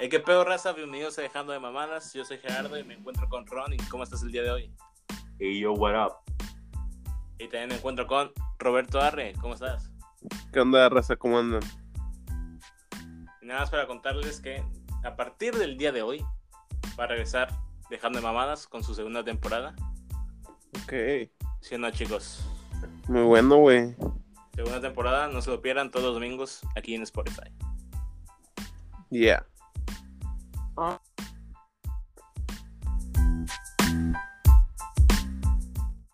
Hey, qué pedo, raza. Bienvenidos a Dejando de Mamadas. Yo soy Gerardo y me encuentro con Ron. ¿Y cómo estás el día de hoy? Y yo, what up? Y también me encuentro con Roberto Arre. ¿Cómo estás? ¿Qué onda, raza? ¿Cómo andan? Y nada más para contarles que a partir del día de hoy va a regresar Dejando de Mamadas con su segunda temporada. Ok. Si no, chicos, Muy bueno, güey. segunda temporada, no se lo pierdan todos los domingos aquí en Spotify. Yeah. Ah.